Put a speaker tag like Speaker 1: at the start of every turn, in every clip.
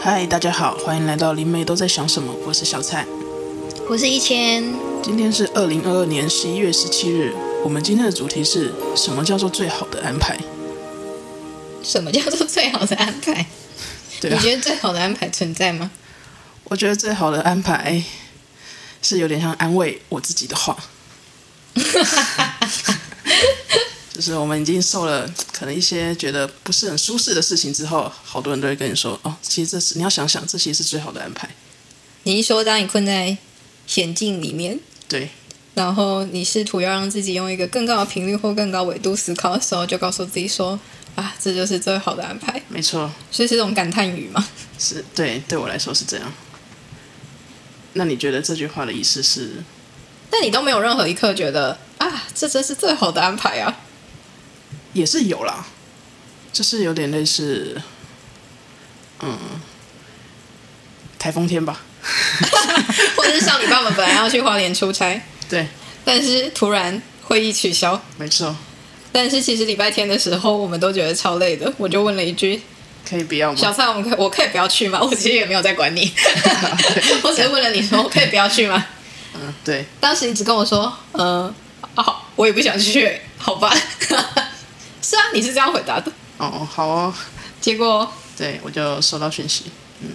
Speaker 1: 嗨，大家好，欢迎来到灵媒都在想什么，我是小蔡。
Speaker 2: 我是一千，
Speaker 1: 今天是二零二二年十一月十七日，我们今天的主题是什么叫做最好的安排？
Speaker 2: 什么叫做最好的安排？
Speaker 1: 对
Speaker 2: 你
Speaker 1: 啊，
Speaker 2: 觉得最好的安排存在吗？
Speaker 1: 我觉得最好的安排是有点像安慰我自己的 话，就是我们已经受了可能一些觉得不是很舒适的事情之后，好多人都会跟你说，哦，其实这是你要想想，这其实是最好的安排。
Speaker 2: 你是说，当你困在险境里面，
Speaker 1: 对，
Speaker 2: 然后你试图要让自己用一个更高的频率或更高纬度思考的时候，就告诉自己说：“啊，这就是最好的安排。
Speaker 1: 没错，”
Speaker 2: 所以是一种感叹语 嘛？
Speaker 1: 是对，对我来说是这样。那你觉得这句话的意思是？
Speaker 2: 但你都没有任何一刻觉得啊，这真是最好的安排啊！
Speaker 1: 也是有啦，就是有点类似，嗯，台风天吧。
Speaker 2: 或者是上礼拜我们本来要去花莲出差，
Speaker 1: 对，
Speaker 2: 但是突然会议取消，
Speaker 1: 没错，
Speaker 2: 但是其实礼拜天的时候我们都觉得超累的，我就问了一句：“
Speaker 1: 可以不要
Speaker 2: 小
Speaker 1: 吗？
Speaker 2: 蔡，我们可我可以不要去吗？我其实也没有在 管你，我只是问了你说我可以不要去吗？
Speaker 1: 嗯，对，
Speaker 2: 当时你只跟我说，呃，好，我也不想去，好吧。 是啊，你是这样回答的。
Speaker 1: 哦，好哦，
Speaker 2: 结果
Speaker 1: 对我就收到讯息，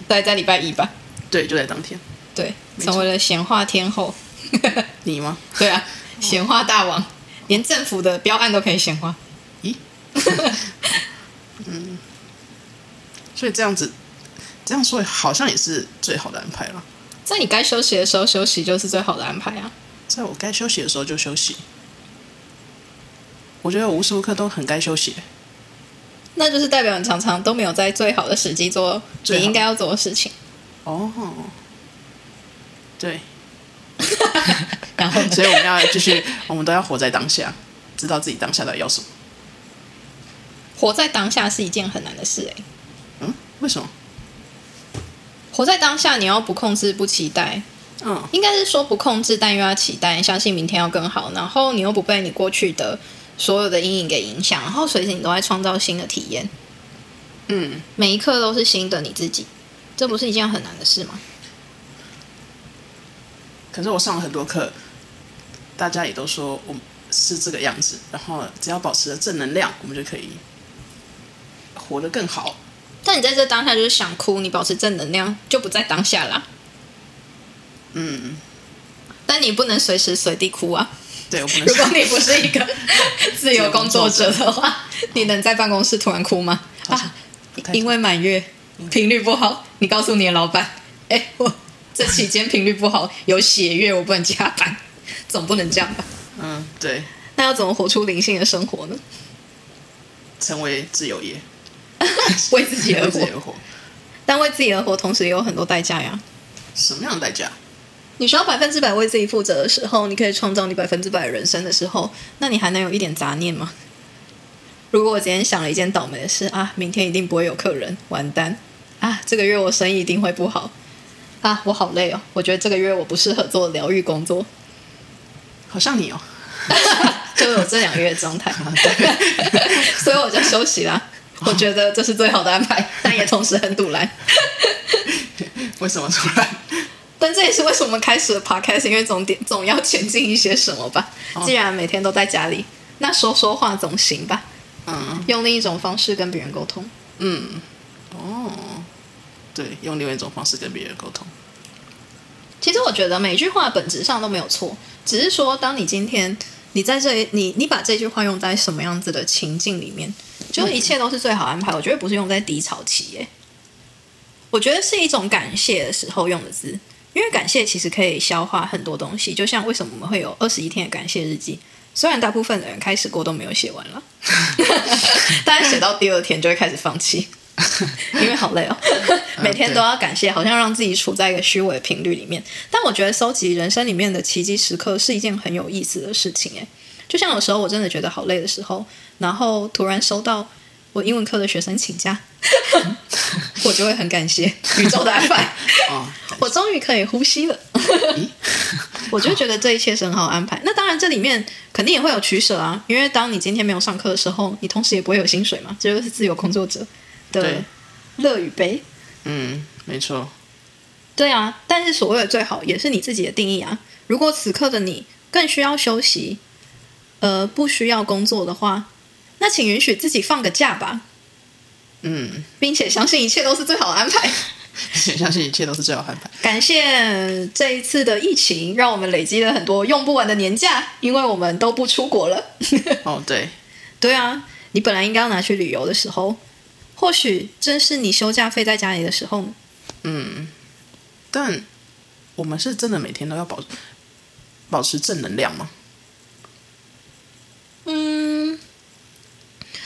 Speaker 2: 大概在礼拜一吧，
Speaker 1: 对，就在当天。
Speaker 2: 对，
Speaker 1: 没错
Speaker 2: 成为了闲话天后。
Speaker 1: 你吗？
Speaker 2: 对啊，闲话大王，连政府的标案都可以闲话。
Speaker 1: 咦，嗯所以这样子，这样说好像也是最好的安排了。
Speaker 2: 在你该休息的时候休息，就是最好的安排啊。
Speaker 1: 在我该休息的时候就休息。我觉得我无时无刻都很该休息。
Speaker 2: 那就是代表你常常都没有在最好的时机做你
Speaker 1: 最好
Speaker 2: 应该要做的事情。
Speaker 1: 哦，对，
Speaker 2: 然后呢
Speaker 1: 所以我们要继续，我们都要活在当下，知道自己当下到底要什么。
Speaker 2: 活在当下是一件很难的事、欸，
Speaker 1: 嗯，为什么？
Speaker 2: 活在当下，你要不控制、不期待，
Speaker 1: 嗯，
Speaker 2: 应该是说不控制，但又要期待，相信明天要更好。然后你又不被你过去的所有的阴影给影响，然后随时你都在创造新的体验，
Speaker 1: 嗯，
Speaker 2: 每一刻都是新的你自己，这不是一件很难的事吗？
Speaker 1: 可是我上了很多课，大家也都说我是这个样子，然后只要保持着正能量，我们就可以活得更好。
Speaker 2: 但你在这当下就是想哭，你保持正能量就不在当下啦。
Speaker 1: 嗯，
Speaker 2: 但你不能随时随地哭啊！
Speaker 1: 对，我不能
Speaker 2: 如果你不是一个自由工作者的话，你能在办公室突然哭吗？啊，
Speaker 1: 不太
Speaker 2: 因为满月频率不好，你告诉你的老板，哎、 我这期间频率不好，有血月，我不能加班，总不能这样吧？
Speaker 1: 嗯，对，
Speaker 2: 那要怎么活出灵性的生活呢？
Speaker 1: 成为自由业，
Speaker 2: 为自己而
Speaker 1: 为自
Speaker 2: 活
Speaker 1: 己，而活，
Speaker 2: 但为自己而活，同时也有很多代价呀。
Speaker 1: 什么样的代价？
Speaker 2: 你需要百分之百为自己负责的时候，你可以创造你百分之百的人生的时候，那你还能有一点杂念吗？如果我今天想了一件倒霉的事啊，明天一定不会有客人，完蛋啊！这个月我生意一定会不好啊！我好累哦，我觉得这个月我不适合做疗愈工作，
Speaker 1: 好像你哦，
Speaker 2: 就有这两个月的状态，所以我就休息啦。我觉得这是最好的安排，但也同时很堵然。
Speaker 1: 为什么突然？
Speaker 2: 但这也是为什么开始的 podcast，因为总点总要前进一些什么吧
Speaker 1: 哦。
Speaker 2: 既然每天都在家里，那说说话总行吧，
Speaker 1: 嗯
Speaker 2: 用另一种方式跟别人沟通。
Speaker 1: 嗯，哦，对，用另外一种方式跟别人沟通。
Speaker 2: 其实我觉得每句话本质上都没有错，只是说当你今天你在这里，你你把这句话用在什么样子的情境里面，就是一切都是最好安排。我觉得不是用在低潮期，耶，我觉得是一种感谢的时候用的字，因为感谢其实可以消化很多东西。就像为什么我们会有二十一天的感谢日记，虽然大部分的人开始过都没有写完了， 大家写到第二天就会开始放弃。因为好累哦， 每天都要感谢，好像让自己处在一个虚伪的频率里面。但我觉得收集人生里面的奇迹时刻是一件很有意思的事情诶，欸就像有时候我真的觉得好累的时候，然后突然收到我英文课的学生请假，我就会很感谢宇宙的安排，
Speaker 1: 哦，
Speaker 2: 我终于可以呼吸了。
Speaker 1: 咦，
Speaker 2: 我就觉得这一切是很好安排。那当然，这里面肯定也会有取舍啊，因为当你今天没有上课的时候，你同时也不会有薪水嘛，这就是自由工作者
Speaker 1: 对
Speaker 2: 的乐与悲。
Speaker 1: 嗯，没错，
Speaker 2: 对啊，但是所谓的最好也是你自己的定义啊。如果此刻的你更需要休息，呃，不需要工作的话，那请允许自己放个假吧，
Speaker 1: 嗯，
Speaker 2: 并且相信一切都是最好的安排。
Speaker 1: 相信一切都是最好安排。
Speaker 2: 感谢这一次的疫情，让我们累积了很多用不完的年假，因为我们都不出国了。
Speaker 1: 哦，对，
Speaker 2: 对啊，你本来应该要拿去旅游的时候，或许正是你休假费在家里的时候呢。
Speaker 1: 嗯，但我们是真的每天都要保保持正能量吗？
Speaker 2: 嗯，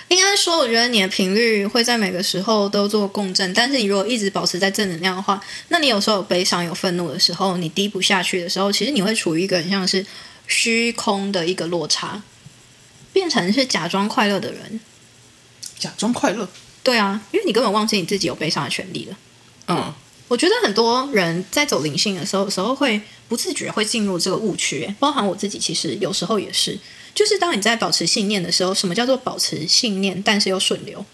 Speaker 2: 应该说，我觉得你的频率会在每个时候都做共振，但是你如果一直保持在正能量的话，那你有时候有悲伤、有愤怒的时候，你低不下去的时候，其实你会处于一个很像是虚空的一个落差，变成是假装快乐的人。
Speaker 1: 假装快乐，
Speaker 2: 对啊，因为你根本忘记你自己有悲伤的权利了。
Speaker 1: 嗯，
Speaker 2: 我觉得很多人在走灵性的时候，有时候会不自觉会进入这个误区，诶包含我自己，其实有时候也是。就是当你在保持信念的时候，什么叫做保持信念，但是又顺流？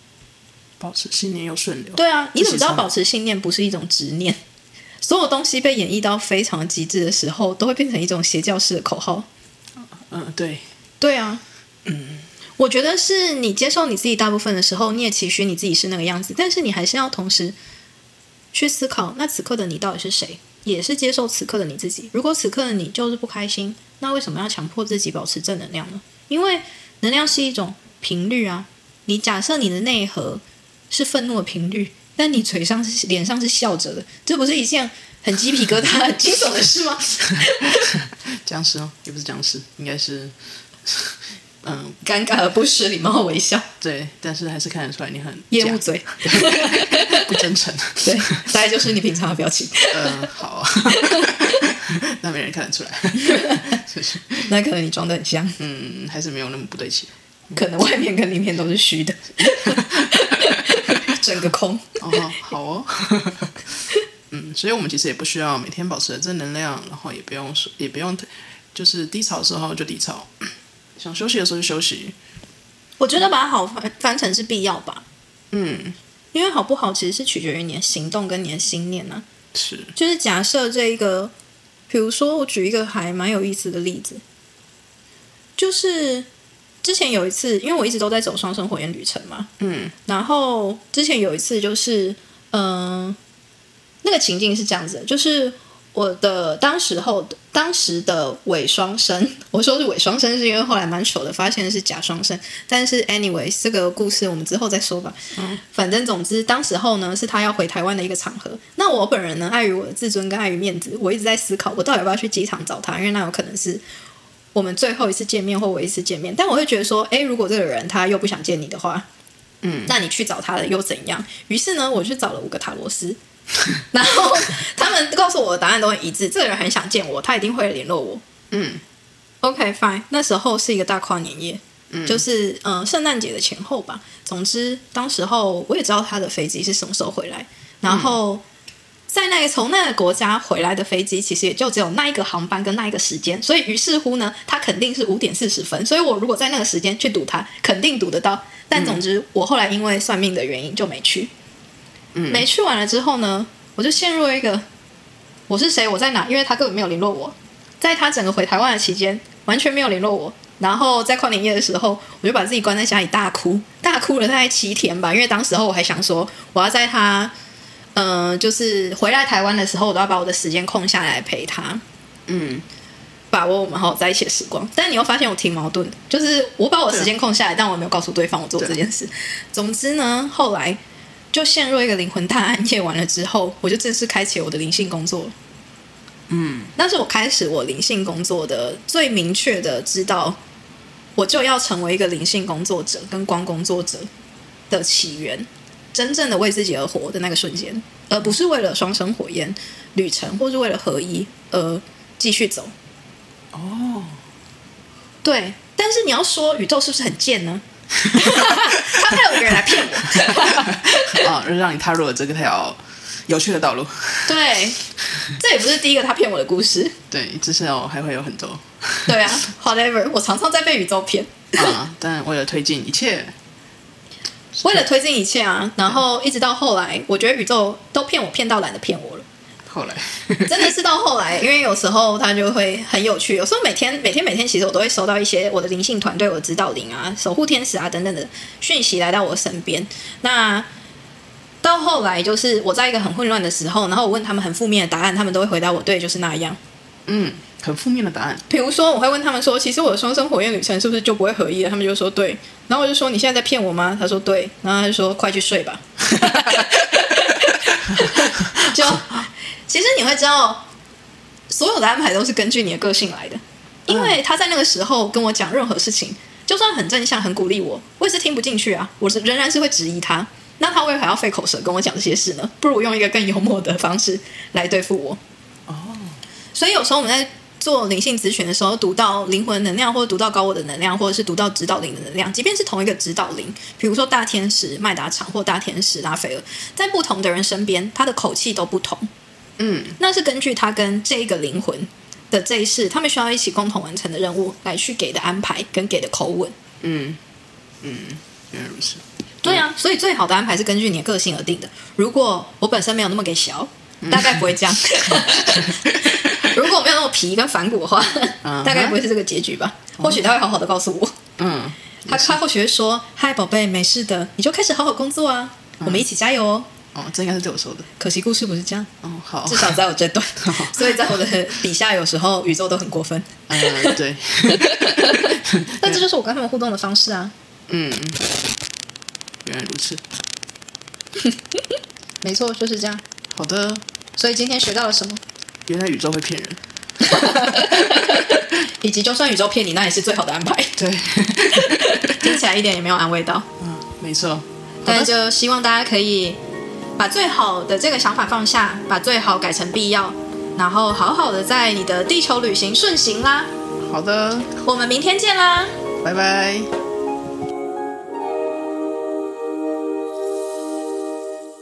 Speaker 1: 保持信念又顺流。
Speaker 2: 对啊，你怎么知
Speaker 1: 这是
Speaker 2: 道
Speaker 1: 什么
Speaker 2: 保持信念不是一种执念？所有东西被演绎到非常极致的时候，都会变成一种邪教式的口号。
Speaker 1: 嗯，对，
Speaker 2: 对啊，嗯，我觉得是你接受你自己大部分的时候，你也期许你自己是那个样子，但是你还是要同时去思考，那此刻的你到底是谁，也是接受此刻的你自己。如果此刻的你就是不开心，那为什么要强迫自己保持正能量呢？因为能量是一种频率啊。你假设你的内核是愤怒的频率，但你嘴上是脸上是笑着的，这不是一件很鸡皮疙瘩、很惊悚的事吗？
Speaker 1: 僵尸哦，也不是僵尸，应该是， 嗯，
Speaker 2: 尴尬而不失礼貌微笑，
Speaker 1: 对，但是还是看得出来你很
Speaker 2: 业务
Speaker 1: 假
Speaker 2: 嘴。
Speaker 1: 不真诚。
Speaker 2: 对， 大概就是你平常的表 情。
Speaker 1: 嗯，好啊， 那没人看得出来， 是不是
Speaker 2: 那可能你装的很像，
Speaker 1: 嗯，还是没有那么不对劲。
Speaker 2: 可能外面跟里面都是虚 的，整个空。
Speaker 1: 哦，好哦。 嗯，所以我们其实也不需要每天保持着正能量，然后也不用说，也不用就是低潮的时候就低潮，想休息的时候就休息。
Speaker 2: 我觉得把好翻翻成是必要吧，
Speaker 1: 嗯，
Speaker 2: 因为好不好其实是取决于你的行动跟你的心念啊。
Speaker 1: 是，
Speaker 2: 就是假设这一个，比如说我举一个还蛮有意思的例子，就是之前有一次，因为我一直都在走双生火焰旅程嘛，
Speaker 1: 嗯
Speaker 2: 然后之前有一次就是，嗯、那个情境是这样子的，就是我的当时候的当时的伪双生， 我说是伪双生，是因为后来蛮糗的，发现是假双生。但是 anyway，这个故事我们之后再说吧。
Speaker 1: 嗯，
Speaker 2: 反正总之当时候呢是他要回台湾的一个场合，那我本人呢碍于我的自尊跟碍于面子，我一直在思考我到底要不要去机场找他，因为那有可能是我们最后一次见面或唯一一次见面。但我会觉得说，诶，如果这个人他又不想见你的话，
Speaker 1: 嗯，
Speaker 2: 那你去找他了又怎样？于是呢，我去找了五个塔罗斯， 然后他们告诉我的答案都很一致，这个人很想见我，他一定会联络我。
Speaker 1: 嗯
Speaker 2: OK fine，那时候是一个大跨年夜，
Speaker 1: 嗯
Speaker 2: 就是嗯、呃圣诞节的前后吧。总之，当时候我也知道他的飞机是什么时候回来，然后。在那个从那个国家回来的飞机，其实也就只有那一个航班跟那一个时间，所以于是乎呢，他肯定是五点四十分。所以我如果在那个时间去堵他，肯定堵得到。但总之，我后来因为算命的原因就没去。
Speaker 1: 嗯
Speaker 2: 没去完了之后呢，我就陷入了一个我是谁，我在哪？因为他根本没有联络我，在他整个回台湾的期间，完全没有联络我。然后在跨年夜的时候，我就把自己关在家里大哭，大哭了大概七天吧。因为当时候我还想说，我要在他，嗯、就是回来台湾的时候，我都要把我的时间空下来陪他。
Speaker 1: 嗯，
Speaker 2: 把握我们好好在一起的时光。但你又发现我挺矛盾的，就是我把我时间空下来，但我没有告诉对方我做这件事。总之呢，后来就陷入一个灵魂大暗夜。完了之后，我就正式开启了我的灵性工作。
Speaker 1: 嗯，
Speaker 2: 那是我开始我灵性工作的最明确的知道，我就要成为一个灵性工作者跟光工作者的起源，真正的为自己而活的那个瞬间，而不是为了双生火焰旅程，或是为了合一而继续走。
Speaker 1: 哦，
Speaker 2: 对，但是你要说宇宙是不是很贱呢？ 他派了五个人来骗 我。
Speaker 1: 啊，让你踏入了这个条有趣的道路。
Speaker 2: 对，这也不是第一个他骗我的故事。
Speaker 1: 对，至少还会有很多
Speaker 2: 对啊，whatever，我常常在被宇宙骗。
Speaker 1: 啊，但为了推进一切，
Speaker 2: 为了推进一切啊，然后一直到后来，我觉得宇宙都骗我，骗到懒得骗我了。
Speaker 1: 后 来
Speaker 2: 真的是到后来，因为有时候它就会很有趣，有时候每天每天每天，其实我都会收到一些我的灵性团队、我的指导灵啊、守护天使啊等等的讯息来到我身边。那到后来，就是我在一个很混乱的时候，然后我问他们很负面的答案，他们都会回答我对，就是那样。
Speaker 1: 嗯，很负面的答案，
Speaker 2: 比如说，我会问他们说，其实我的双生火焰旅程是不是就不会合一了？他们就说对，然后我就说你现在在骗我吗？他说对，然后他就说快去睡 吧。就其实你会知道，所有的安排都是根据你的个性来的，因为他在那个时候跟我讲任何事情，就算很正向、很鼓励我，我也是听不进去啊，我是仍然是会质疑他。那他为何要费口舌跟我讲这些事呢？不如用一个更幽默的方式来对付我。
Speaker 1: 哦，
Speaker 2: 所以有时候我们在做灵性咨询的时候，读到灵魂能量，或者读到高我的能量，或者是读到指导灵的能量，即便是同一个指导灵，比如说大天使麦达场或大天使拉斐尔，在不同的人身边，他的口气都不同。
Speaker 1: 嗯，
Speaker 2: 那是根据他跟这个灵魂的这一世，他们需要一起共同完成的任务来去给的安排跟给的口吻。
Speaker 1: 嗯，嗯，原来如此，
Speaker 2: 对啊，所以最好的安排是根据你的个性而定的。如果我本身没有那么给小，
Speaker 1: 嗯
Speaker 2: 大概不会 这样。如果我没有那么皮跟反骨的话
Speaker 1: 嗯哼哦
Speaker 2: 大概不会是这个结局吧。或许他会好好的告诉我，
Speaker 1: 嗯，
Speaker 2: 他他或许会说：“嗨，宝贝，没事的，你就开始好好工作啊，
Speaker 1: 嗯
Speaker 2: 我们一起加油哦。
Speaker 1: 哦，这应该是对我说的，”
Speaker 2: 可惜故事不是这样，
Speaker 1: 哦，好，
Speaker 2: 至 少在我这段，所以在我的底下，有时候宇宙都很 过分。
Speaker 1: 呃，对，
Speaker 2: 但这就是我跟他们互动的方式啊。
Speaker 1: 嗯，原来如此，
Speaker 2: 没错，就是这样。
Speaker 1: 好的，
Speaker 2: 所以今天学到 了什么？
Speaker 1: 原来宇宙会骗人，
Speaker 2: 以及就算宇宙骗你，那也是最好的安排。
Speaker 1: 对，
Speaker 2: 听起来一点也没有安慰到，
Speaker 1: 嗯，没错，
Speaker 2: 但就希望大家可以把最好的这个想法放下，把最好改成必要，然后好好的在你的地球旅行顺行啦。
Speaker 1: 好的，
Speaker 2: 我们明天见啦！
Speaker 1: 拜拜。